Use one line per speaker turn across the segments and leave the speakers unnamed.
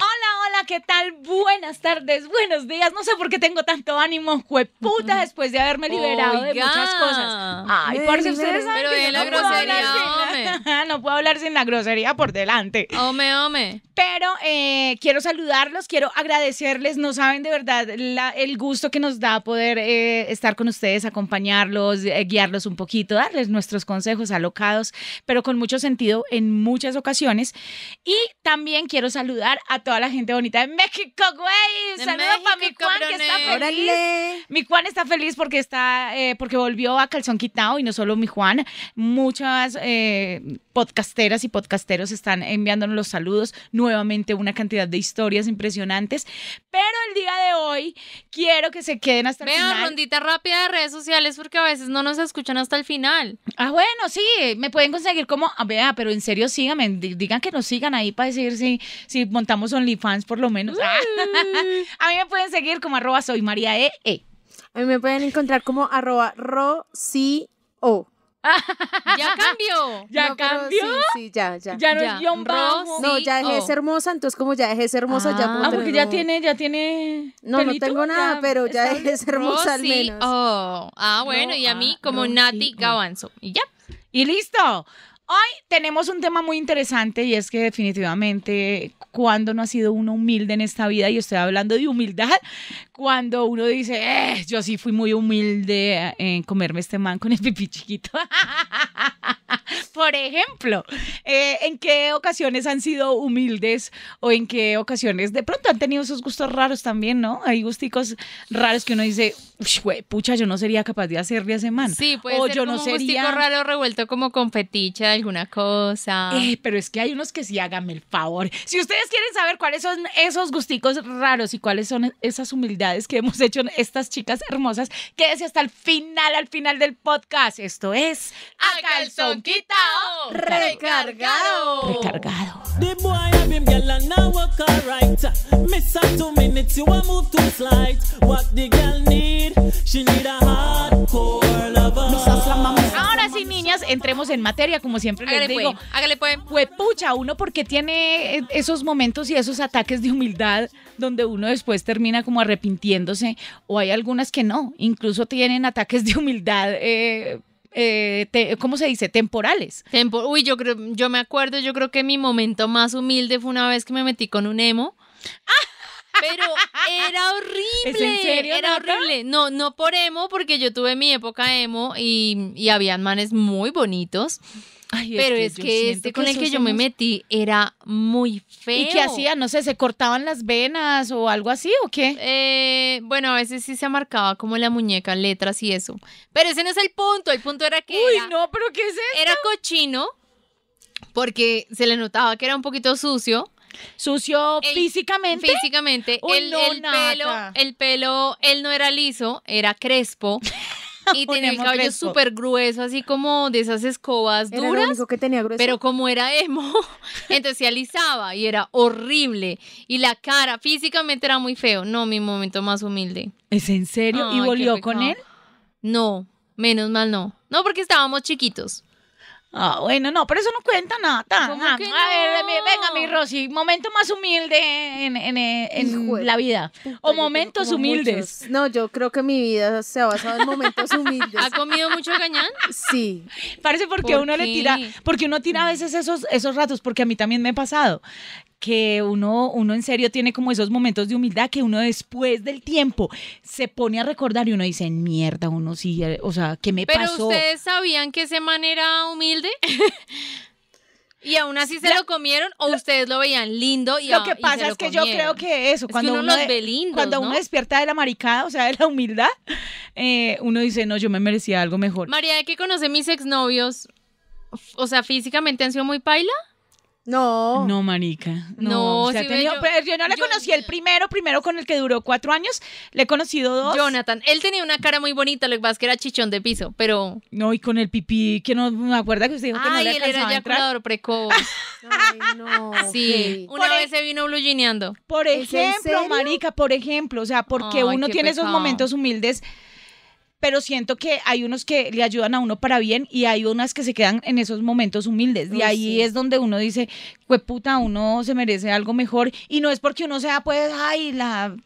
Hola, hola, ¿qué tal? Buenas tardes, buenos días. No sé por qué tengo tanto ánimo, jueputa, después de haberme liberado de
Oiga.
muchas cosas. Ay,
Me
por si
liberé.
ustedes saben
Pero
que
de
yo
la
no puedo hablar
grosería,
sin la- no puedo hablar sin la grosería por delante.
Home, home.
Pero eh, quiero saludarlos, quiero agradecerles. No saben de verdad la- el gusto que nos da poder eh, estar con ustedes, acompañarlos, eh, guiarlos un poquito, darles nuestros consejos alocados, pero con mucho sentido en muchas ocasiones. Y también quiero saludar a toda la gente bonita de México, güey.
De
Saludos para mi
México,
Juan que está feliz.
cabrones.
Mi Juan está feliz porque está eh, porque volvió a calzón quitado y no solo mi Juan, muchas eh, podcasteras y podcasteros están enviándonos los saludos nuevamente una cantidad de historias impresionantes, pero el día de hoy quiero que se queden hasta el
Vean,
final.
rondita rápida de redes sociales porque a veces no nos escuchan hasta el final.
Ah, bueno, sí, me pueden conseguir como, ah, vea, pero en serio síganme, di- digan que nos sigan ahí para decir si, si montamos OnlyFans por lo menos. Ah, a mí me pueden seguir como arroba soy María E. E.
A mí me pueden encontrar como arroba rocio.
Ya cambió.
Ya
No, pero
cambió.
Sí, sí, ya, ya.
Ya no es
Ya.
guión bajo.
Ros-
no,
sí,
ya dejé de
oh.
ser hermosa, entonces como ya dejé de ser hermosa, ya
Ah.
puedo
Ah,
Ah,
tener
porque ya
un-
tiene, ya tiene.
No, no
pelito,
tengo nada,
ya
pero ya
está
dejé de ser hermosa al
Rosy,
menos.
oh. Ah, bueno, y a mí
ah,
como
Rosy,
Nati
oh.
Gavanzo. Y ya.
Y listo. Hoy tenemos un tema muy interesante y es que definitivamente cuando no ha sido uno humilde en esta vida, y estoy hablando de humildad, cuando uno dice, "Eh, yo sí fui muy humilde en comerme este man con el pipí chiquito. Por ejemplo, eh, ¿en qué ocasiones han sido humildes o en qué ocasiones de pronto han tenido esos gustos raros también, ¿no? Hay gusticos raros que uno dice, "Ush, güey, pucha, yo no sería capaz de hacerle a ese man.
Sí, puede
Oh,
o
ser
yo
como
no
un gustico
sería...
raro revuelto como con fetiche de alguna cosa.
Eh, pero es que hay unos que sí, hágame el favor. Si ustedes quieren saber cuáles son esos gusticos raros y cuáles son esas humildades que hemos hecho en estas chicas hermosas, quédese hasta el final, al final del podcast. Esto es
¡A calzón quitado!
¡Recargado!
recargado.
The boy have him girl and now walk alright. Miss her two minutes, you a move too slight. What the girl need? She need a hardcore lover. Miss her slam
Ahora sí, niñas, entremos en materia, como siempre les
Hágale
digo.
pues, hágale pues.
Huepucha, uno porque tiene eh, esos momentos y esos ataques de humildad donde uno después termina como arrepintiéndose o hay algunas que no, incluso tienen ataques de humildad, eh, eh, te- ¿cómo se dice? Temporales.
Tempo- Uy, yo creo, yo me acuerdo, yo creo que mi momento más humilde fue una vez que me metí con un emo. Pero era horrible.
¿Es en serio,
Era
Nata?
horrible. No, no por emo, porque yo tuve mi época emo y, y habían manes muy bonitos.
Ay,
pero es
yo
que
siento
este con el
esos
que yo me
somos-
metí era muy feo.
¿Y qué hacía? No sé, ¿se cortaban las venas o algo así o qué?
Eh, bueno, a veces sí se marcaba como la muñeca, letras y eso. Pero ese no es el punto. El punto era que. era-
Uy, no, pero ¿qué es eso?
era cochino porque se le notaba que era un poquito sucio
¿Sucio
Ey,
físicamente?
físicamente.
Uy,
el,
no,
el pelo,
Nata.
el pelo, él no era liso, era crespo. Y
Un
tenía el
emo
cabello
crespo.
súper grueso, así como de esas escobas
Era lo
duras.
único que tenía grueso.
Pero como era emo, entonces se alisaba y era horrible. Y la cara físicamente era muy feo. No, mi momento más humilde.
¿Es en serio?
Ay,
¿Y
qué
volvió con
pecado.
él?
No, menos mal no. No, porque estábamos chiquitos.
Ah, bueno, no, pero eso no cuenta nada.
¿Cómo
Ah,
que
A ver,
no?
mi- venga, mi Rosy, momento más humilde en, en- en
Hijo de
la vida.
Puta,
O
yo
momentos
tengo como
humildes.
muchos. No, yo creo que mi vida se ha basado en momentos humildes.
¿Ha comido mucho gañán?
Sí.
Parece porque
¿Por
uno le
qué?
tira, porque uno tira a
Mm.
veces esos, esos ratos, porque a mí también me ha pasado que uno, uno en serio tiene como esos momentos de humildad que uno después del tiempo se pone a recordar y uno dice, mierda, uno sí, eh, o sea, ¿qué me
Pero
pasó?
ustedes sabían que ese man era humilde. y aún así se lo comieron o ustedes lo veían lindo y
Lo
a- y
que
se
pasa
lo
es que yo creo
comieron?
que eso,
Es que
cuando
uno
uno,
los
de-
ve lindos,
cuando
¿no?
uno despierta de la maricada, o sea, de la humildad, eh, uno dice, no, yo me merecía algo mejor.
María, de que conoce mis exnovios, f- o sea, físicamente han sido muy paila.
No.
No, marica. No,
No,
o sea,
sí
ha
ve,
tenido-
yo-
pero yo no le
yo-
conocí el primero, primero con el que duró cuatro años, le he conocido dos.
Jonathan, él tenía una cara muy bonita, lo que pasa es que era chichón de piso, pero
No, y con el pipí, que no me acuerda que usted dijo que no
ay,
le
él era
alcanzaba a
ya
entrar. Ah,
curador precoz.
Ay, no.
sí,
ok.
una
Por
vez se vino blugineando.
Por
¿Es en
ejemplo,
serio?
marica, por ejemplo, o sea, porque
Ay,
uno
qué
tiene esos
pecado.
momentos humildes pero siento que hay unos que le ayudan a uno para bien y hay unas que se quedan en esos momentos humildes. Y
Uy,
ahí
sí.
es donde uno dice, pues puta, uno se merece algo mejor. Y no es porque uno sea, pues, ay, la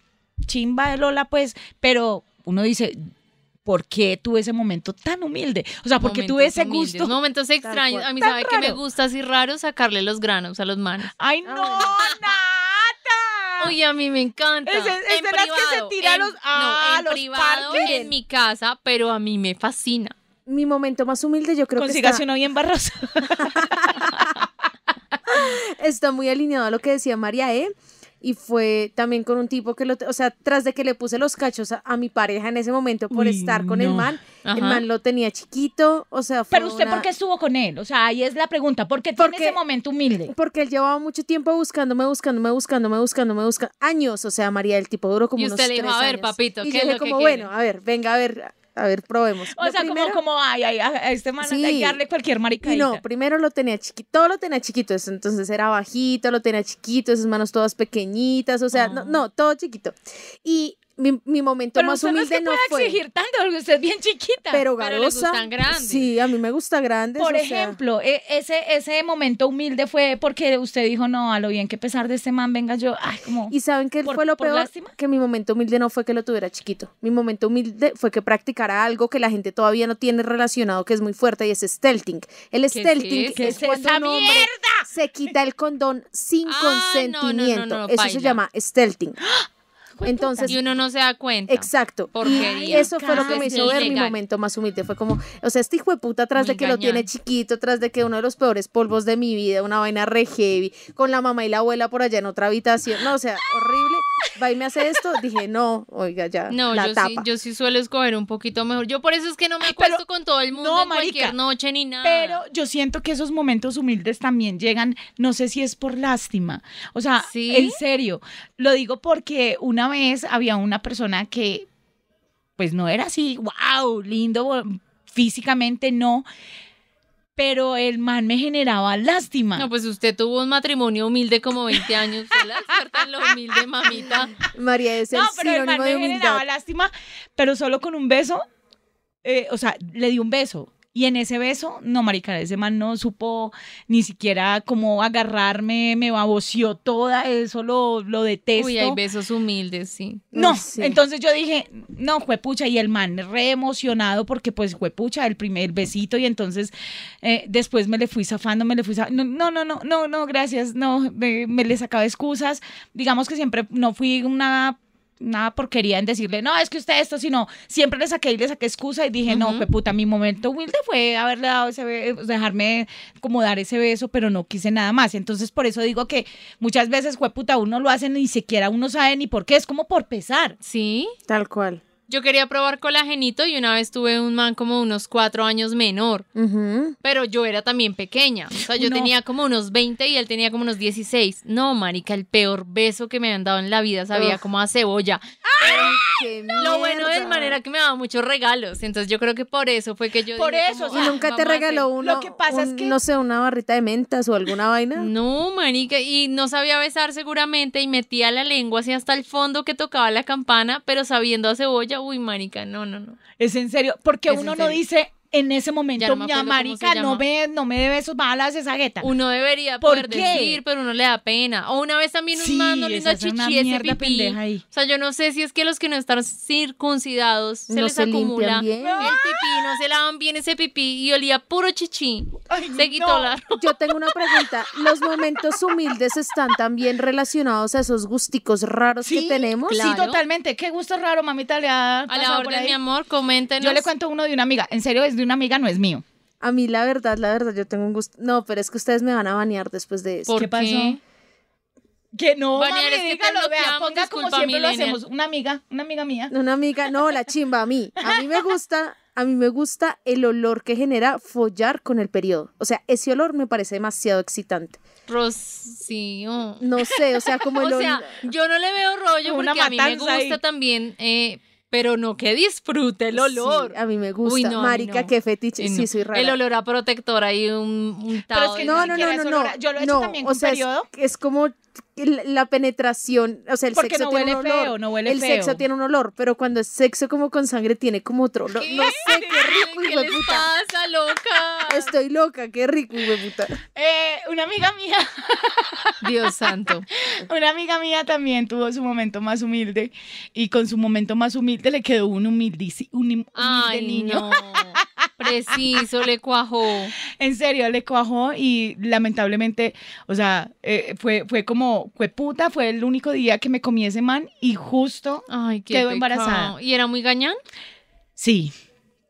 chimba de Lola, pues, pero uno dice, ¿por qué tuve ese momento tan humilde? O sea, ¿por qué Ah, tuve
Momentos
ese
humildes,
gusto?
Momentos extraños.
cual.
A mí
Tan
sabe que me
raro.
gusta así raro sacarle los granos a los manes.
Ay, no,
Ay.
Nata.
Oye, a mí me encanta.
Es- es- es
en
de las que se
privado,
tira
en-
los- ah,
no, en
los
privado,
parques.
en mi casa, pero a mí me fascina.
Mi momento más humilde yo creo
Consígase
que
uno bien barroso.
está, está muy alineado a lo que decía María E. Y fue también con un tipo que lo, o sea, tras de que le puse los cachos a, a mi pareja en ese momento por
Uy,
estar con
no.
el man,
Ajá.
el man lo tenía chiquito, o sea, fue
Pero usted,
una-
¿por qué estuvo con él? O sea, ahí es la pregunta. ¿Por qué tiene
Porque-
ese momento humilde?
Porque él llevaba mucho tiempo buscándome, buscándome, buscándome, buscándome, buscando años. O sea, María, el tipo duró como
Y
unos
usted le dijo,
tres
"A ver,
años".
papito,
y
¿qué
yo
es
dije
lo que
como,
quiere?
bueno, a ver, venga, a ver, a ver, probemos.
O
Lo
sea,
primero-
como, como, ay, ay, a a este man
Sí.
hay que darle cualquier
Y
maricadita.
no, primero lo tenía chiquito, todo lo tenía chiquito, eso, entonces era bajito, lo tenía chiquito, sus manos todas pequeñitas, o sea, no, no, todo chiquito. Y mi, mi
Ah.
momento
pero
más
usted no es
humilde
que
no,
pueda
fue.
exigir tanto, porque usted es bien chiquita.
pero
pero
le
garosa.
gustan grandes.
Sí, a mí me gusta grandes.
Por
o sea,
ejemplo, e- ese, ese momento humilde fue porque usted dijo, no, a lo bien que pesar de este man, venga yo, ay, como...
Y saben qué
¿Por-
fue lo
por
peor
lástima?
que mi momento humilde no fue que lo tuviera chiquito. Mi momento humilde fue que practicara algo que la gente todavía no tiene relacionado que es muy fuerte y es stealthing. El
es
stealthing
eso?
es,
¿Qué
es
cuando
esa
un hombre
mierda?
se quita el condón sin
Ah, no, no, no,
consentimiento.
no,
Eso
paila.
se llama stealthing.
Jueputa.
Entonces,
Y uno no se da cuenta.
Exacto.
Porquería.
Y eso fue lo que me
Eso
hizo
es
ver mi
ilegal.
momento más humilde. Fue como, o sea, este hijo de puta, tras
Muy
de que lo tiene
gañán.
chiquito, tras de que uno de los peores polvos de mi vida, una vaina re heavy, con la mamá y la abuela por allá en otra habitación. No, o sea, horrible. Va y me hace esto. Dije, no, oiga, ya.
No,
la
yo
tapa.
sí, yo sí suelo escoger un poquito mejor. Yo por eso es que no me
Ay, pero-
acuesto con todo el mundo
no,
en cualquier
marica,
noche ni nada.
Pero yo siento que esos momentos humildes también llegan, no sé si es por lástima. O sea,
¿Sí?
en serio, lo digo porque una vez había una persona que, pues no era así, wow, lindo, bo- físicamente no, pero el man me generaba lástima.
No, pues usted tuvo un matrimonio humilde como 20 años. Fue la experta en lo humilde, mamita.
María es el
No, pero el man
sinónimo
me
de humildad.
generaba lástima, pero solo con un beso, eh, o sea, le di un beso. Y en ese beso, no, marica, ese man no supo ni siquiera cómo agarrarme, me baboció toda, eso lo, lo detesto.
Uy, hay besos humildes, sí.
No,
Uy, sí.
entonces yo dije, no, juepucha, y el man re emocionado porque pues juepucha, el primer besito y entonces eh, después me le fui zafando, me le fui zafando, no, no, no, no, no, gracias, no, me, me le sacaba excusas, digamos que siempre no fui una, una porquería en decirle, no, es que usted esto, sino siempre le saqué y le saqué excusa y dije, no,
Ujú.
jueputa, mi momento humilde fue haberle dado ese be- eh, dejarme como dar ese beso, pero no quise nada más, entonces por eso digo que Muchas veces, jueputa, uno lo hace ni siquiera uno sabe ni por qué, es como por pesar.
Sí.
Tal cual.
Yo quería probar colagenito y una vez tuve un man como unos cuatro años menor.
Ujú.
Pero yo era también pequeña. O sea, yo
No.
tenía como unos 20 y él tenía como unos 16. No, marica, el peor beso que me habían dado en la vida sabía
Ugh.
como a cebolla.
¡Qué
Lo bueno del
mierda!
man era que me daba muchos regalos. Entonces yo creo que por eso fue que yo.
Por
dije
eso,
como, "Ah,
o sea,
Y nunca te
vamos a hacer-
regaló uno,
Lo que pasa es
un-
que- Mm,
no sé, una barrita de mentas o alguna vaina.
No, marica, y no sabía besar seguramente y metía la lengua así hasta el fondo que tocaba la campana, pero sabiendo a cebolla, uy, marica, no, no, no.
Es en serio, porque
Es en
uno no
serio.
dice en ese momento,
Ya no me
"Ña,
acuerdo cómo
marica,
se
no
llama".
me, no me debe esos balas esa gueta.
Uno debería
¿Por
poder
qué?
decir, pero uno le da pena. O una vez también un
Sí,
man no le
esa
da
es una
chichi ese
mierda
pipí.
pendeja ahí.
O sea, yo no sé si es que los que no están circuncidados se
no
les
se
acumula
limpian bien.
el pipí, no se lavan bien ese pipí y olía puro chichi.
Ay,
se quitó
no.
la
Yo tengo una pregunta. ¿Los momentos humildes están también relacionados a esos gusticos raros
Sí,
que tenemos?
Sí,
Claro.
totalmente. Qué gusto raro, mamita, le ha
A
pasado
la
por
orden,
ahí.
mi amor, coméntenos.
Yo le cuento uno de una amiga. En serio, es de una amiga, no es mío.
A mí la verdad, la verdad, yo tengo un gusto. No, pero es que ustedes me van a banear después de eso.
¿Por
¿Qué
qué
pasó? Que no,
Vane,
mami,
eres que te
dígalo, vea,
bloqueamos,
ponga como
disculpa,
siempre lo
millennial.
hacemos. Una amiga, una amiga mía.
Una amiga, no, la chimba, a mí. A mí me gusta, a mí me gusta el olor que genera follar con el periodo. O sea, ese olor me parece demasiado excitante.
Rocío.
No sé, o sea, como el
O
olor.
sea, yo no le veo rollo
Una
porque a mí me
matanza
gusta
ahí.
también, eh, pero no que disfrute el olor.
Sí, a mí me gusta.
Uy, no, a mí
Marica,
no.
qué fetiche.
Eh, no.
Sí, soy rara.
El olor a protectora y un, un
Pero es
tao
que
de-
ni
No, no, no,
siquiera
no,
es
no.
olor a- yo lo he hecho
no,
también
o
con
sea, es-
periodo.
Es, como la la penetración, o sea, el
Porque
sexo
no
tiene
huele
un olor.
feo, no huele
el
feo.
sexo tiene un olor, pero cuando es sexo como con sangre tiene como otro olor. No sé, qué rico,
¿Qué
hijo de
les
puta.
pasa, loca?
Estoy loca, qué rico, hijo de puta.
Eh, una amiga mía,
Dios santo.
una amiga mía también tuvo su momento más humilde y con su momento más humilde le quedó un humildici- un hum- humilde
Ay,
niño.
no. Preciso, le cuajó.
En serio, le cuajó y lamentablemente, o sea, eh, fue, fue como, fue puta, fue el único día que me comí ese man y justo,
Ay, qué
Quedó
pecado.
embarazada.
¿Y era muy gañán?
sí,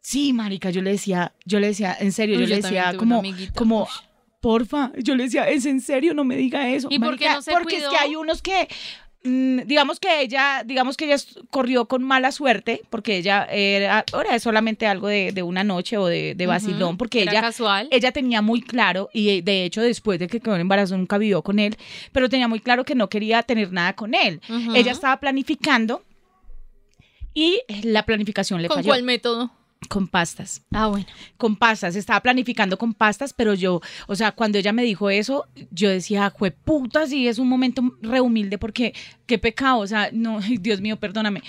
sí, marica, yo le decía, yo le decía, en serio, yo,
Uy, yo
le
también
decía
tuve una
como,
amiguita,
como,
uy.
porfa, yo le decía, es en serio, no me diga eso.
¿Y por qué
marica,
no se
Porque es
cuidó?
que hay unos que... mm, Digamos que ella, digamos que ella est- corrió con mala suerte, porque ella era, era solamente algo de, de una noche o de, de vacilón,
Ujú.
porque
Era
ella
casual.
ella tenía muy claro, y eh, de hecho después de que quedó en embarazo nunca vivió con él, pero tenía muy claro que no quería tener nada con él.
Ujú.
Ella estaba planificando y la planificación le
¿Con
falló.
cuál método?
Con pastas,
Ah, bueno.
con pastas, estaba planificando con pastas, pero yo, o sea, cuando ella me dijo eso, yo decía, jue puta, sí, es un momento rehumilde porque qué pecado, o sea, no, ay, Dios mío, perdóname.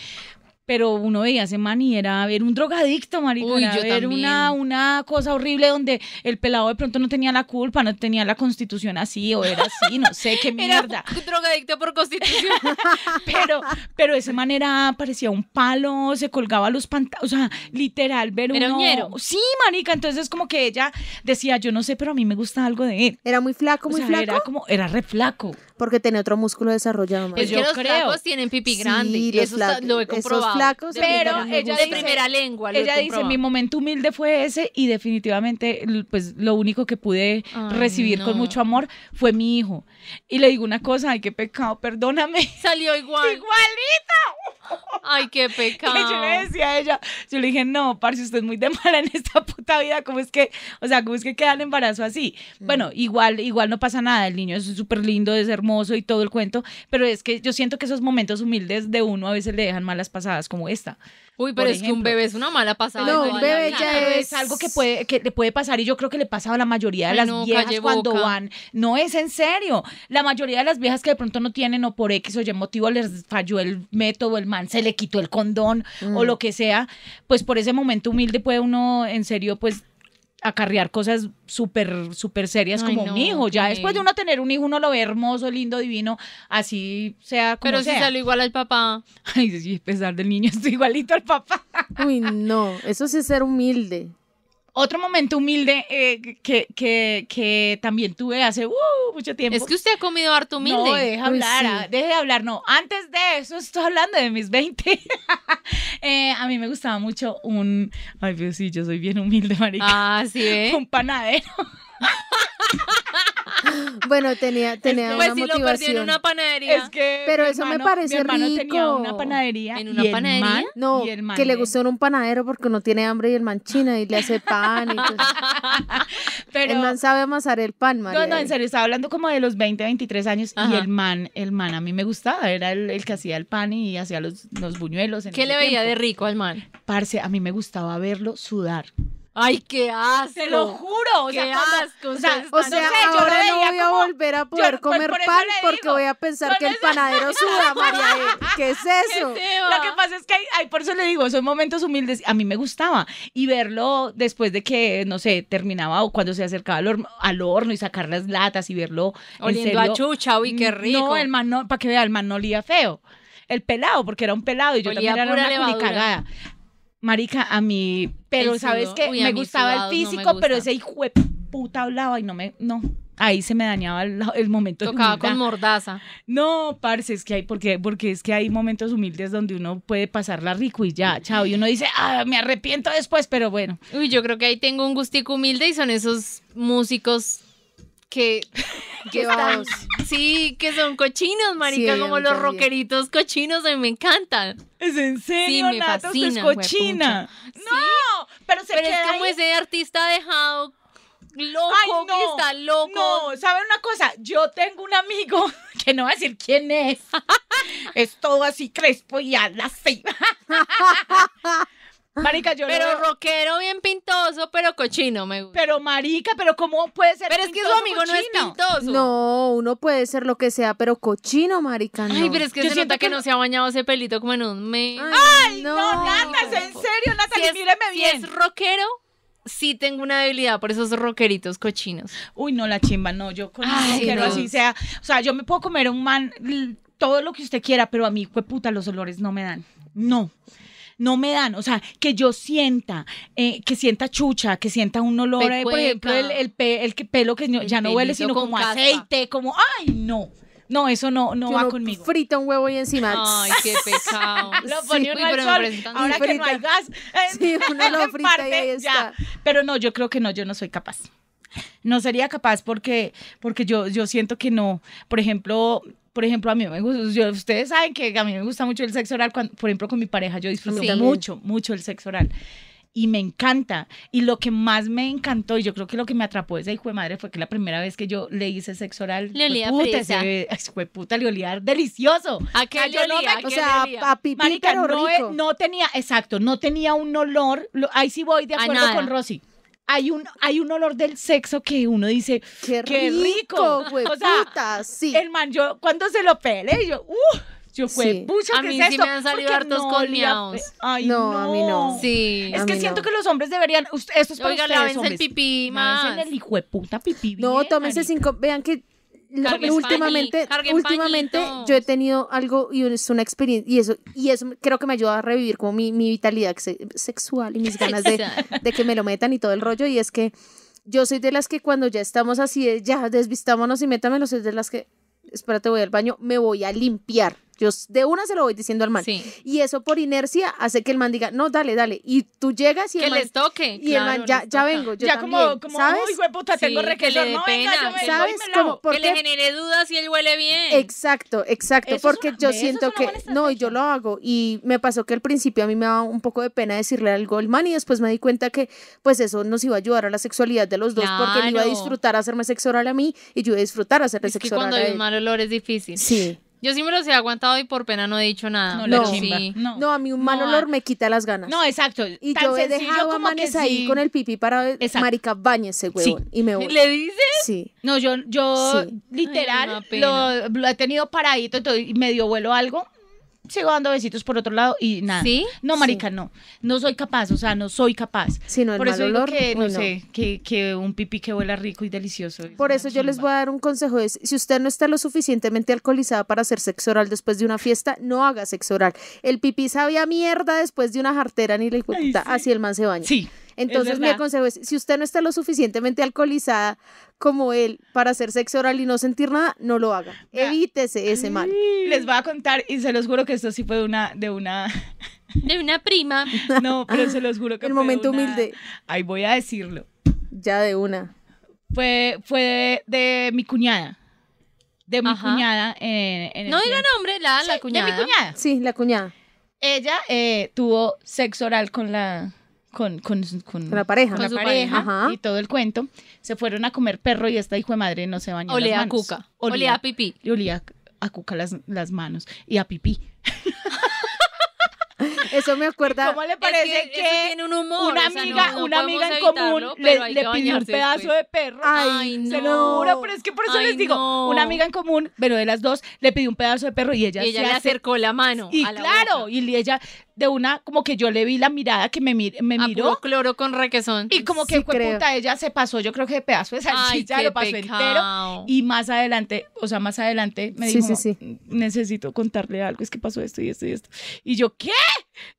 Pero uno veía a ese man y era ver un drogadicto, marica,
Uy,
era
yo
ver una,
también.
una cosa horrible donde el pelado de pronto no tenía la culpa, no tenía la constitución así o era así, no sé qué mierda.
Era drogadicto por constitución.
Pero, pero ese man era, parecía un palo, se colgaba los pantalones, o sea, literal, ver
Era
uno-
ñero.
Sí, marica, entonces como que ella decía, yo no sé, pero a mí me gusta algo de él.
Era muy flaco,
O
muy
sea,
flaco.
era como, era re flaco.
Porque tenía otro músculo desarrollado.
Pues
es
marica.
yo
que los
creo.
flacos tienen pipí
Sí,
grande. y
los
eso está-
flacos-
lo he
esos
comprobado.
flacos
de,
a mí
Pero
primera-
no me
ella
de
gustan.
dice-
primera lengua. lo he
Ella dice,
comprobado.
mi momento humilde fue ese y definitivamente l- pues lo único que pude
Ay,
recibir
no.
con mucho amor fue mi hijo. Y le digo una cosa, ay, qué pecado, perdóname.
Salió igual.
Igualito.
Ay, qué pecado.
Y yo le decía a ella, yo le dije, no, parce, usted es muy de mala en esta puta vida, ¿cómo es que, o sea, cómo es que queda el embarazo así? Bueno, igual, igual no pasa nada, el niño es súper lindo, es hermoso y todo el cuento, pero es que yo siento que esos momentos humildes de uno a veces le dejan malas pasadas como esta.
Uy,
por
pero es que un
ejemplo.
bebé es una mala pasada.
No,
de
un
toda la
bebé
vida.
ya
Pero
es-
es algo que puede que le puede pasar y yo creo que le pasa a la mayoría de
Ay,
las
no,
viejas
calle
cuando
boca.
van. No es en serio. La mayoría de las viejas que de pronto no tienen o por X o Y motivo les falló el método, el man se le quitó el condón o
Mm.
lo que sea, pues por ese momento humilde puede uno en serio pues acarrear cosas súper, súper serias
Ay,
como
no,
un hijo. Ya
qué
después de
heavy.
uno tener un hijo, uno lo ve hermoso, lindo, divino, así sea como
Pero si
sea.
salió igual al papá.
Ay, sí, a pesar del niño, estoy igualito al papá.
Uy, no, eso sí es ser humilde.
Otro momento humilde eh, que, que, que también tuve hace uh, mucho tiempo.
Es que usted ha comido harto humilde.
No, deja
Uy,
hablar,
sí.
ah, deje de hablar, no. Antes de eso, estoy hablando de mis 20. Eh, a mí me gustaba mucho un. Ay, pero sí, yo soy bien humilde, marica.
Ah, sí, ¿eh?
Un panadero.
Bueno, tenía, tenía
Pues
una
si lo perdió
motivación.
en una panadería.
Es que.
Pero
mi
eso me
hermano-
parece
mi hermano tenía
rico.
una panadería.
¿En una
y el
panadería?
man-
No,
y el man
que le
de-
gustó en un panadero porque uno tiene hambre y el man china y le hace pan. Y todo.
Pero,
El man sabe amasar el pan, María.
No, no, en serio, estaba hablando como de los 20, 23 años y
Ajá.
el man, el man a mí me gustaba, era el, el que hacía el pan y hacía los, los buñuelos. en
¿Qué
ese
le veía de
tiempo.
rico al man?
Parce, a mí me gustaba verlo sudar.
Ay, qué asco.
Se lo juro. O
Qué
sea, cuando-
asco,
o sea,
ustedes
O
no
sea,
sé, yo
ahora
le
no
veía
voy a
como-
volver a poder
yo- pues,
comer
por eso
pan
le digo.
porque voy a pensar
Yo
que
no
el
sé.
panadero suda, María. eh. ¿Qué es eso?
Lo que pasa es que, hay- hay- por eso le digo, son momentos humildes. A mí me gustaba. Y verlo después de que, no sé, terminaba o cuando se acercaba al horno, al horno y sacar las latas y verlo. en
Oliendo a
serio. Mm,
chucha, uy, qué rico.
No, el man no, para que vea, el man no olía feo. El pelado, porque era un pelado y yo
Olía
también
pura
era una
levadura.
culicagada. Marica, a mí, pero
El
sabes
sudor.
que
Uy, a
me
mí
gustaba el
sudados no me
físico, pero
gusta.
ese hijo de puta hablaba y no me, no, ahí se me dañaba el, el momento. de
Tocaba
humildad.
con mordaza.
No, parce, es que hay, porque, porque es que hay momentos humildes donde uno puede pasarla rico y ya, chao, y uno dice, ah, me arrepiento después, pero bueno.
Uy, yo creo que ahí tengo un gustico humilde y son esos músicos que, que
Qué
están,
babos.
sí, que son cochinos, marica,
Sí, a
como
mí
los
también.
rockeritos cochinos, a mí me encantan.
Es en serio,
me
Nata, usted es
fascinan,
cochina. No, pero se
Pero es
queda
como
ahí.
ese artista dejado loco,
Ay, no,
que está loco.
No, ¿saben una cosa? Yo tengo un amigo que no va a decir quién es. es todo así crespo y al así. Marica, yo
Pero
no veo-
rockero bien pintoso, pero cochino, me gusta.
Pero marica, pero ¿cómo puede ser
Pero, es que su
pintoso
amigo no es
cochino?
pintoso.
No, uno puede ser lo que sea, pero cochino, marica, no.
Ay, pero es que
Yo
se
siento
nota que
que
no
no-
se ha bañado ese pelito como en un mes.
Ay,
No, Nata, es en serio, Nata,
Si es-
míreme
si
bien.
es rockero, sí tengo una debilidad por esos rockeritos cochinos.
Uy, no, la chimba, no, yo con
Ay,
un rockero
no.
así sea. O sea, yo me puedo comer un man, l- todo lo que usted quiera, pero a mí, pues puta, los olores no me dan. No. No me dan, o sea, que yo sienta, eh, que sienta chucha, que sienta un olor, eh, por
Pecueca.
ejemplo, el, el pe- el que- pelo que no-
El
ya no huele,
pelito
sino
con
como
caspa.
aceite, como, ay, no, no, eso no, no
Que
va
uno
conmigo.
Frita un huevo y encima.
Ay, qué pecado.
Lo
Sí.
pone Ah,
Uy,
uno al
pero me
sol,
parece tan-
ahora que no hay
frita.
gas. eh,
Sí, uno lo
en
frita y ahí
parte, ya.
está.
Pero no, yo creo que no, yo no soy capaz. No sería capaz porque, porque yo, yo siento que no. Por ejemplo, por ejemplo, a mí me gusta, yo- ustedes saben que a mí me gusta mucho el sexo oral. cuando- por ejemplo, con mi pareja yo disfruto
Sí.
mucho, mucho el sexo oral. Y me encanta. Y lo que más me encantó, y yo creo que lo que me atrapó de esa hijo de madre fue que la primera vez que yo le hice sexo oral.
Le olía a
jueputa,
fresa.
ese bebé- ay, jueputa, le olía delicioso.
¿A qué
Ah, yo
le
no
olía?
me-
¿A
O
qué
sea,
le olía?
a, a pipí,
Marica,
pero
no,
rico.
e- no tenía, exacto, no tenía un olor. lo- ahí sí voy de
A
acuerdo
nada.
con Rosy. Hay un, hay un olor del sexo que uno dice,
qué
qué
rico,
rico.
güey.
O sea,
puta, sí.
el man, yo cuando se lo pele, yo, uh, yo fue
Sí.
pucha,
A
¿qué
mí
es
sí
esto?
me han salido
Porque
hartos
olía
colmeados.
fe- Ay, no,
No, a mí no.
Sí.
Es
A
que
mí
siento
no.
que los hombres deberían, us- esto es para
Oiga,
ustedes,
lávense el
hombres.
pipí
Lávense
más.
el hijo de puta pipí.
No,
bien,
tómense
marica.
cinco. Vean que lo-
Carguen
últimamente,
pañi- carguen
últimamente
pañitos.
yo he tenido algo y es una experiencia y eso y eso creo que me ayuda a revivir como mi, mi vitalidad se- sexual y mis ganas de, de que me lo metan y todo el rollo y es que yo soy de las que cuando ya estamos así de, ya desvistámonos y métamelo soy de las que espérate voy al baño me voy a limpiar yo s- de una se lo voy diciendo al man
Sí.
y eso por inercia hace que el man diga no dale dale y tú llegas y
Que
el man,
les toque.
y el
claro,
man ya,
les
ya
toca.
vengo yo
ya como,
también,
como,
¿sabes?
uy, hijo de puta,
Sí,
tengo
que le
requesor.
dé
No,
pena,
venga, yo me
que-
voy y
¿Sabes?
me
Como
lavo.
por
que
qué?
le genere dudas y él huele bien.
Exacto, exacto,
Eso es
porque
una-
yo
ve, eso es
siento
una
que
buena
no, y
estrategia.
yo lo hago y me pasó que al principio a mí me daba un poco de pena decirle algo al man y después me di cuenta que pues eso nos iba a ayudar a la sexualidad de los dos porque él iba a
Claro.
disfrutar hacerme sexo oral a mí y yo iba a disfrutar hacerle
es que
sexo oral
cuando
a
hay
él.
un mal olor es difícil.
Sí.
Yo sí me los he aguantado y por pena no he dicho nada.
No,
pero
la
No.
chimba.
sí.
No.
No, a mí un mal
No,
olor
a-
me quita las ganas.
No, exacto.
y
Tan
yo he
sencillo
dejado a
como que
manes ahí
sí.
con el pipí para
Exacto.
marica, bañese, huevón, y me voy.
¿Le dice?
Sí.
No, yo, yo
Sí.
Ay, una
literal
pena.
lo, lo he tenido paradito, entonces y medio vuelo algo, sigo dando besitos por otro lado y nada.
¿Sí?
No, marica, no. No soy capaz, o sea, no soy capaz.
Sí, no, el
por eso
mal
digo
olor,
que, no,
uy, no.
sé, que, que un pipí que huela rico y delicioso.
Por eso yo les voy a dar un consejo, es si usted no está lo suficientemente alcoholizada para hacer sexo oral después de una fiesta, no haga sexo oral. El pipí sabía mierda después de una jartera ni la hijo
Ay, sí.
así el man se baña.
Sí.
Entonces
es
mi
verdad.
consejo es, si usted no está lo suficientemente alcoholizada como él para hacer sexo oral y no sentir nada, no lo haga.
Vea.
Evítese ese mal.
Les voy a contar y se los juro que esto sí fue de una, de una,
De una prima.
no, pero se los juro que
El
fue de
momento
una-
humilde,
Ahí voy a decirlo.
ya de una.
Fue, fue de, de mi cuñada. De mi
Ajá.
cuñada. eh, en el
No diga
tiempo.
nombre, la,
Sí,
la cuñada.
De mi Ah, cuñada.
Sí, la cuñada,
Ella eh, tuvo sexo oral con la. Con, con, con,
con la pareja.
con la
su
pareja
pareja. Ajá.
y todo el cuento. Se fueron a comer perro y esta hijo de madre no se bañó.
Olea
las
a
manos.
cuca. Olea a pipí.
y olía a cuca las, las manos y a pipí.
Eso me acuerda.
¿Cómo le
parece
parece
eso
que,
tiene un humor,
una
o sea,
amiga,
no- no
una amiga en
podemos
común
evitarlo, pero
le,
hay
le
que
pidió un
bañarse
pedazo
después.
de perro?
Ay,
Se
no.
lo juro, pero es que por eso
Ay,
les digo,
no.
una amiga en común, pero de las dos, le pidió un pedazo de perro y ella,
Y ella
se
le
acercó.
acercó la mano.
Y
a la
claro,
boca.
y ella de una, como que yo le vi la mirada que me, mir- me
A puro
miró.
cloro con requesón.
Y como que
Sí,
fue
creo.
puta, ella se pasó, yo creo que de pedazo de
Ay,
salchicha,
qué
lo pasó entero.
pecado.
Y más adelante, o sea, más adelante me
Sí,
dijo, "Mm,
sí,
necesito contarle algo, es que pasó esto y esto y esto. Y yo, ¿qué?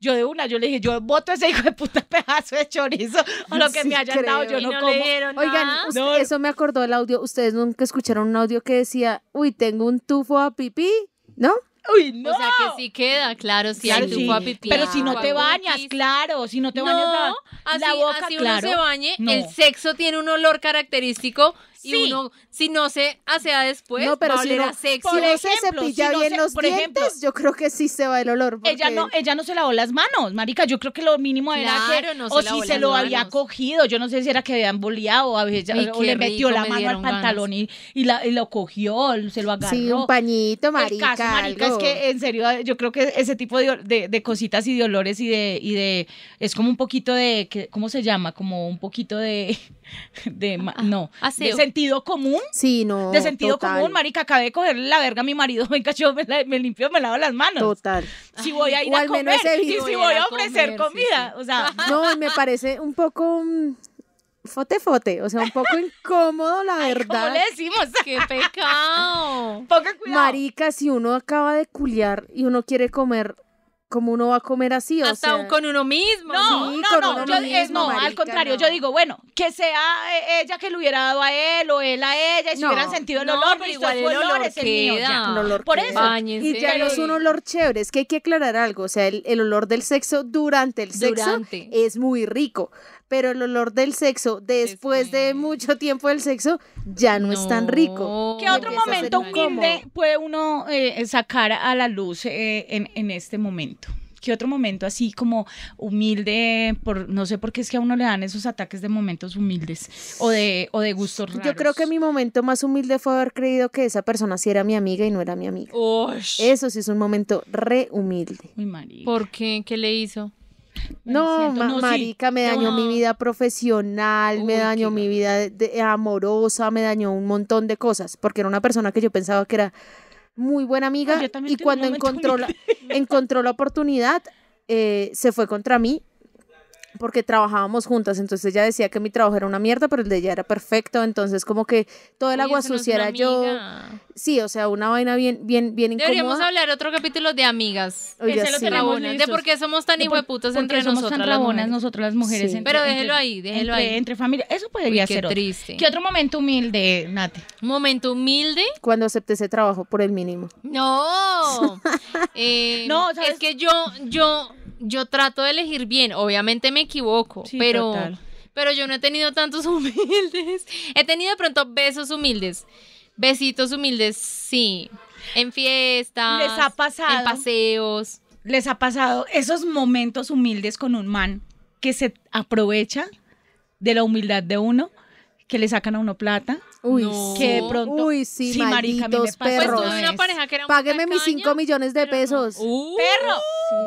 Yo de una, yo le dije, yo voto ese hijo de puta pedazo de chorizo o lo que
Sí,
me hayan
creo.
dado, yo
Y
no,
no le
como.
dieron nada.
Oigan, usted-
No.
eso me acordó el audio. Ustedes nunca escucharon un audio que decía, uy, tengo un tufo a pipí, ¿no?
Uy, no.
O sea que sí queda, claro, sí,
Claro,
hay
sí.
tu papitito,
Pero si no te
guapo,
bañas,
kiss.
claro, si no te
no,
bañas la,
así,
la boca,
así uno
claro.
se bañe,
No.
el sexo tiene un olor característico Y
Sí.
uno, si no se asea después,
no, pero
va a
si
oler
uno,
a sexo.
si
Por
uno se
ejemplo,
cepilla
si no
bien
se-
los
por ejemplo,
dientes, yo creo que sí se va el olor.
Ella no,
porque-
ella no se lavó las manos, marica. Yo creo que lo mínimo era
Claro,
que
no se
o
lavó
si se
las
lo había
manos.
cogido. Yo no sé si era que había emboleado o, había-
Ay,
o
qué
le metió
rico,
la
me
mano al
dieron
pantalón y, y la- y lo cogió, se lo agarró.
Sí, un pañito, marica.
el caso, marica, es
algo.
que en serio, yo creo que ese tipo de, de- de cositas y de olores y de, y de es como un poquito de ¿qué- ¿cómo se llama? Como un poquito de de ma- no, de
Ah, aseo.
sentido común.
Sí, no.
De sentido
total,
común, marica, acabé de cogerle la verga a mi marido, venga, yo me, la- me limpio, me lavo las manos.
Total.
Si voy a ir
o
a
al
comer
menos ese
y si
video.
voy
Voy a
a ofrecer
comer, sí,
comida, o sea,
No, y me parece un poco mm, fote fote, o sea, un poco incómodo, la
¿cómo
verdad.
le decimos?
¡Qué pecado!
Ponga cuidado.
Marica, si uno acaba de culiar y uno quiere comer, ¿cómo uno va a comer así? O
Hasta
sea,
con uno mismo.
No,
Sí,
no,
con
no,
uno
yo- es-
mismo,
no, al
marica,
contrario,
no.
yo digo, bueno, que sea eh, ella que le hubiera dado a él o él a ella y si
No,
hubieran sentido el
no,
olor,
pero
listo,
igual
su
el
olor
olor
es el mío,
queda.
ya.
un olor
Por
que-
eso.
Báñense.
Y ya no es un olor chévere, es que hay que aclarar algo, o sea, el, el olor del sexo durante el sexo
Durante.
es muy rico, pero el olor del sexo después de
Después.
mucho tiempo del sexo ya no, es tan rico.
¿Qué otro
empieza a ser
momento
incómodo.
humilde puede uno eh, sacar a la luz eh, en, en este momento? ¿Qué otro momento así como humilde? Por, no sé por qué es que a uno le dan esos ataques de momentos humildes o de, o de gustos raros.
Yo creo que mi momento más humilde fue haber creído que esa persona sí era mi amiga y no era mi amiga.
Ush.
Eso sí es un momento re humilde.
Uy, marica.
¿Por qué? ¿Qué le hizo?
No,
siento.
ma-
No, sí.
marica, me dañó mi vida profesional, me
Uy,
dañó
qué
mi vida de- de- amorosa, me dañó un montón de cosas, porque era una persona que yo pensaba que era muy buena amiga
Ah, yo también
y
tuve un
cuando
momento
encontró la, encontró la oportunidad, eh, se fue contra mí porque trabajábamos juntas, entonces ella decía que mi trabajo era una mierda, pero el de ella era perfecto, entonces como que todo el
Uy,
agua
eso no es
sucia
una
era yo.
amiga.
Sí, o sea, una vaina bien, bien, bien incómoda.
Deberíamos hablar otro capítulo de amigas.
Oiga,
Ese lo
sí.
tenemos
Rabonas. De
listos.
por qué somos tan
De por-
hijueputas
porque
entre
somos
nosotras.
tan
las
rabonas
mujeres.
nosotras las mujeres.
Sí.
entre-
Pero déjelo
entre-
ahí, déjelo
entre,
ahí.
Entre familia. Eso
Uy,
podría
qué
ser otro.
triste.
¿Qué otro momento humilde, Nati?
Momento humilde.
Cuando acepté ese trabajo por el mínimo.
No. Eh,
No, ¿sabes?
es que yo, yo, yo trato de elegir bien. Obviamente me equivoco,
Sí,
pero,
total.
pero yo no he tenido tantos humildes. He tenido de pronto besos humildes, besitos humildes, sí. En fiestas,
¿Les ha pasado?
en paseos.
¿Les ha pasado esos momentos humildes con un man que se aprovecha de la humildad de uno? Que le sacan a uno plata.
Uy,
No.
Que de pronto.
Uy, sí,
marica, a mí me
malditos
pasa.
Pues
perros.
tuve una
es-
pareja que era muy
Págueme mis
tacaña,
5 millones de
pero no.
pesos.
Uh,
¡Perro!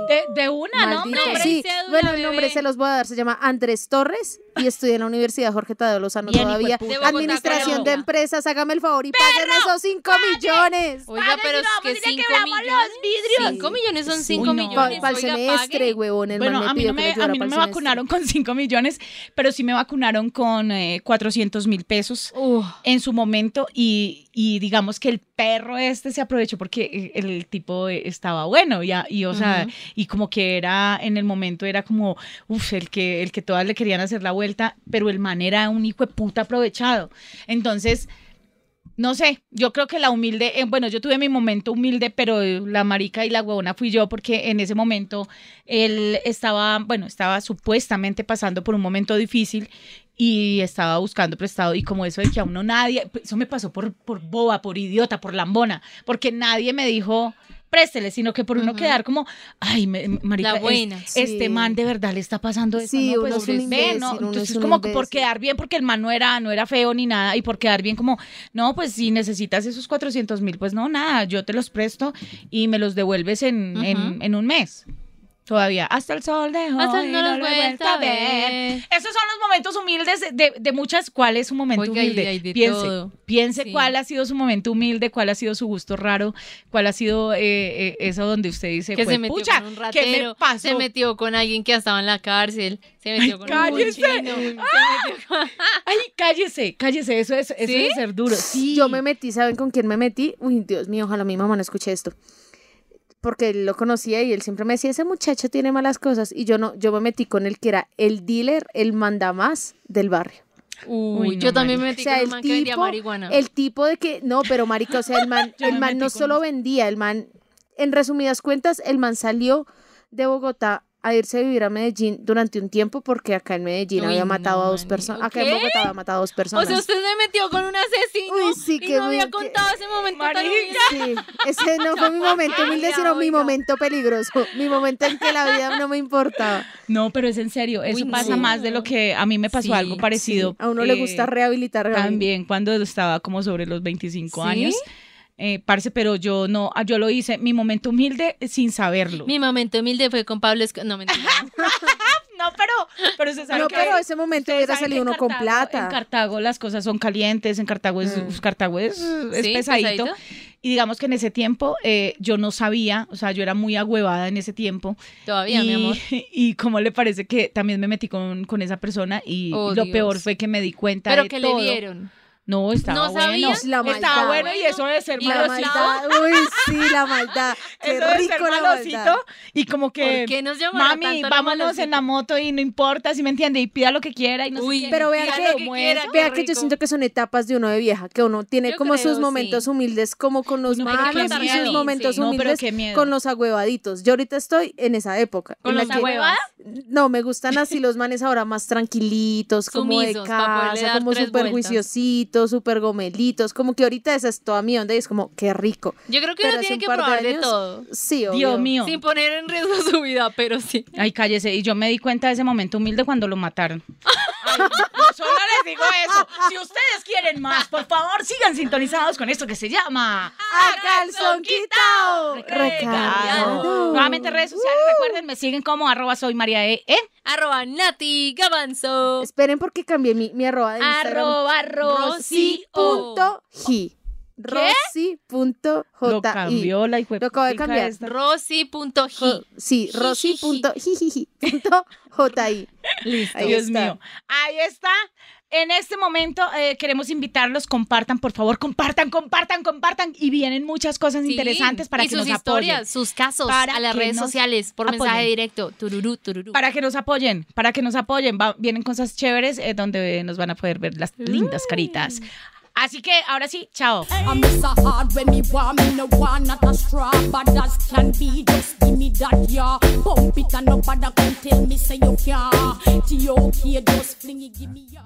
De, de una, ¿no,
Maldito,
hombre?
sí.
y cédula,
Bueno, el nombre
bebé.
se los voy a dar. Se llama Andrés Torres y estudia en la Universidad Jorge Tadeo Lozano
Bien,
todavía.
hijueputa.
De Bogotá,
Administración de
Colombia.
empresas, hágame el favor y paguen esos 5 millones.
Oiga, pero es que 5 millones.
vidrios.
5 millones son
Sí.
5
Uy, no.
millones.
Para el
oiga,
semestre,
pague.
huevón. El
Bueno,
man
a
me
mí no
pidió que
me,
le
a
ayudara
mí no
para
me
el semestre.
vacunaron con 5 millones, pero sí me vacunaron con eh, 400 mil pesos
Uh,
en su momento y, y digamos que el perro este se aprovechó porque el, el tipo eh, estaba bueno y, a- y, o sea,
Ujú.
y como que era en el momento era como uff, el que el que todas le querían hacer la vuelta, pero el man era un hijo de puta aprovechado. Entonces, no sé, yo creo que la humilde, eh, bueno, yo tuve mi momento humilde, pero eh, la marica y la huevona fui yo porque en ese momento él estaba, bueno, estaba supuestamente pasando por un momento difícil y estaba buscando prestado y como eso de que a uno nadie, pues, eso me pasó por, por boba, por idiota, por lambona, porque nadie me dijo préstele, sino que por uno
Ujú.
quedar como, ay, me- marica,
La
es-
buena.
este
Sí.
man de verdad le está pasando eso,
Sí,
no,
uno
pues,
es un
ve,
imbécil,
¿no?
uno es
Entonces
un
como que por
imbécil.
quedar bien, porque el man no era, no era feo ni nada, y por quedar bien como, no, pues si necesitas esos 400 mil, pues no, nada, yo te los presto y me los devuelves en, en,
Ujú.
en un mes. Todavía, hasta el sol de hoy
Hasta no
lo
los
he
vuelto a ver.
Esos son los momentos humildes de, de muchas. ¿Cuál es su momento
Oiga, y
humilde?
hay de
piense,
todo.
piense
Sí.
cuál ha sido su momento humilde, cuál ha sido su gusto raro, cuál ha sido eh, eh, eso donde usted dice
Que se
"Jue
metió
pucha,
con un
¿qué
ratero,
me pasó?
se metió con alguien que estaba en la cárcel, se metió con
cállese.
un cochino, se metió con-
Ay, cállese, cállese, eso es, eso
¿Sí?
es ser duro. Sí.
Yo me metí, ¿saben con quién me metí? Uy, Dios mío, ojalá mi mamá no escuche esto. Porque él lo conocía y él siempre me decía, ese muchacho tiene malas cosas. Y yo no, yo me metí con el que era el dealer, el mandamás del barrio.
Uy,
Uy, no,
yo también me
O
metí
sea,
con un
el
man que vendía
tipo,
marihuana.
el tipo de que, no, pero marica, o sea, el man,
Yo
el
me
man
metí
no
con
solo vendía, el man, en resumidas cuentas, el man salió de Bogotá a irse a vivir a Medellín durante un tiempo porque acá en Medellín
Uy,
había matado a
no,
dos
Mani.
personas. Acá en
¿Qué?
Bogotá había matado a dos
O
personas.
sea, usted se metió con un asesino
Uy, sí,
y
qué
no había
bien, qué-
contado ese momento tan
Marica.
humillante.
Sí, ese no fue mi momento humilde,
Oiga,
sino mi
oiga.
momento peligroso, mi momento en que la vida no me importaba.
No, pero es en serio, eso
Uy,
pasa
no.
más de lo que a mí me pasó
Sí,
algo parecido.
A uno le
eh,
gusta rehabilitar. rehabilitar.
También cuando estaba como sobre los 25
¿Sí?
años. Eh, parce, pero yo no, ah, yo lo hice, mi momento humilde sin saberlo.
Mi momento humilde fue con Pablo Esco- No, mentira.
No, pero, pero se sabe
No,
que-
pero ese momento
ustedes
hubiera
saben que
salido
en
uno con
Cartago- En
plata.
Cartago las cosas son calientes, en Cartago es,
Mm.
Cartago es, es
Sí,
pesadito.
pesadito.
Y digamos que en ese tiempo eh, yo no sabía, o sea, yo era muy agüevada en ese tiempo.
Todavía,
y,
mi amor.
Y como le parece que también me metí con, con esa persona y
Oh,
lo
Dios.
peor fue que me di cuenta
Pero
de
que
todo.
le vieron.
No, estaba
No
bueno.
sabía.
La
estaba
maldad.
bueno y eso de ser
Y la
La
malocito.
maldad. Uy, sí, la maldad. Qué
Eso de ser
rico la maldad.
malocito. Y como que...
¿Por qué nos llamaron
Mami,
tanto la
vámonos
malocita?
en la moto y no importa, si me entiende, y pida lo que quiera y no sé
Uy,
qué,
Pero
y
vean
pida
que-
lo
que
mueva.
quiera.
Vea que
rico.
yo siento que son etapas de uno de vieja, que uno tiene
Yo
como
creo,
sus momentos
sí.
humildes como con los
Uy, no, pero qué
malos y
miedo.
sus momentos
Sí.
No, pero
humildes
qué miedo.
con los agüevaditos. Yo ahorita estoy en esa época.
¿Con
en la
los
que-
agüevados?
No, me gustan así los manes ahora más tranquilitos, como de
Sumisos, pa' poderle
casa,
dar
como
tres
súper
vueltas.
juiciositos, súper gomelitos, como que ahorita esa es toda mi onda y es como, qué rico.
Yo creo que
Pero
uno
hace
tiene
un
que
par de
probar de
años-
todo.
Sí, obvio.
Dios mío.
Sin poner en riesgo su vida, pero sí.
Ay, cállese. Y yo me di cuenta de ese momento humilde cuando lo mataron. solo les digo eso. Si ustedes quieren más, por favor, sigan sintonizados con esto que se llama...
¡A calzón quitao!
Recargado.
Recargado. Uh.
Nuevamente redes sociales, recuerden, me siguen como arroba soy María E. ¿Eh?
Arroba Nati Gabanzo.
Esperen porque cambié mi, mi arroba de Instagram.
Arroba Rosy. O.
Rosy.ji. Rosy.ji.
Lo cambió la hijo
Lo acabo de cambiar. Jo-
Rosy.g.
Sí,
Ji, ji, ji.
rosy.ji.ji. Listo.
Dios mío. Ahí está. En este momento eh, queremos invitarlos, compartan, por favor, compartan, compartan, compartan. Y vienen muchas cosas interesantes para
y
que
sus
nos
historias,
apoyen.
sus casos
Para
a las
que
redes
nos
sociales por
apoyen.
mensaje directo. Tururú, tururú.
Para que nos apoyen, para que nos apoyen. Va- vienen cosas chéveres eh, donde nos van a poder ver las lindas caritas. Así que ahora sí, chao.
I miss a hard when me want me no want not a straw, but as can be. Just give me that yeah. Pump it and no bother come tell me say you can't. T.O.K. just fling it, give me ya.